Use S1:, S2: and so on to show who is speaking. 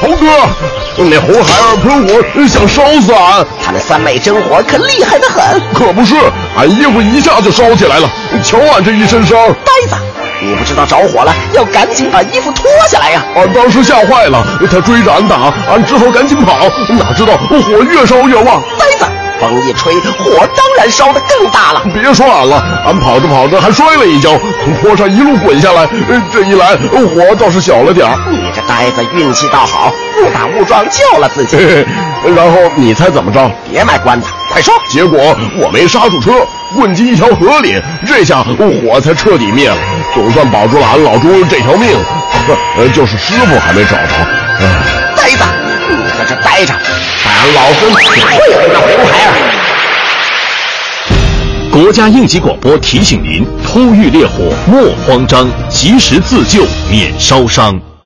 S1: 猴哥，那猴孩儿喷火想烧死俺，
S2: 他们三昧真火可厉害的很。
S1: 可不是，俺衣服一下就烧起来了，瞧俺这一身伤。
S2: 呆子，你不知道着火了，要赶紧把衣服脱下来呀、
S1: 俺当时吓坏了，他追着俺打，俺只好赶紧跑，哪知道火越烧越旺。
S2: 呆子，风一吹，火当然烧得更大了。
S1: 别说俺了，俺跑着跑着还摔了一跤，从坡上一路滚下来。呃这一来，火倒是小了点儿。
S2: 你这呆子运气倒好，误打误撞救了自己。
S1: 嘿嘿然后你猜怎么着？
S2: 别卖关子，快说，
S1: 结果我没刹住车，滚进一条河里，这下火才彻底灭了，总算保住了俺老朱这条命。 呃，就是师傅还没找着。呃唉
S2: 呆子，你在这呆着，俺老孙体会会那红孩儿。
S3: 国家应急广播提醒您：突遇烈火莫慌张，及时自救免烧伤。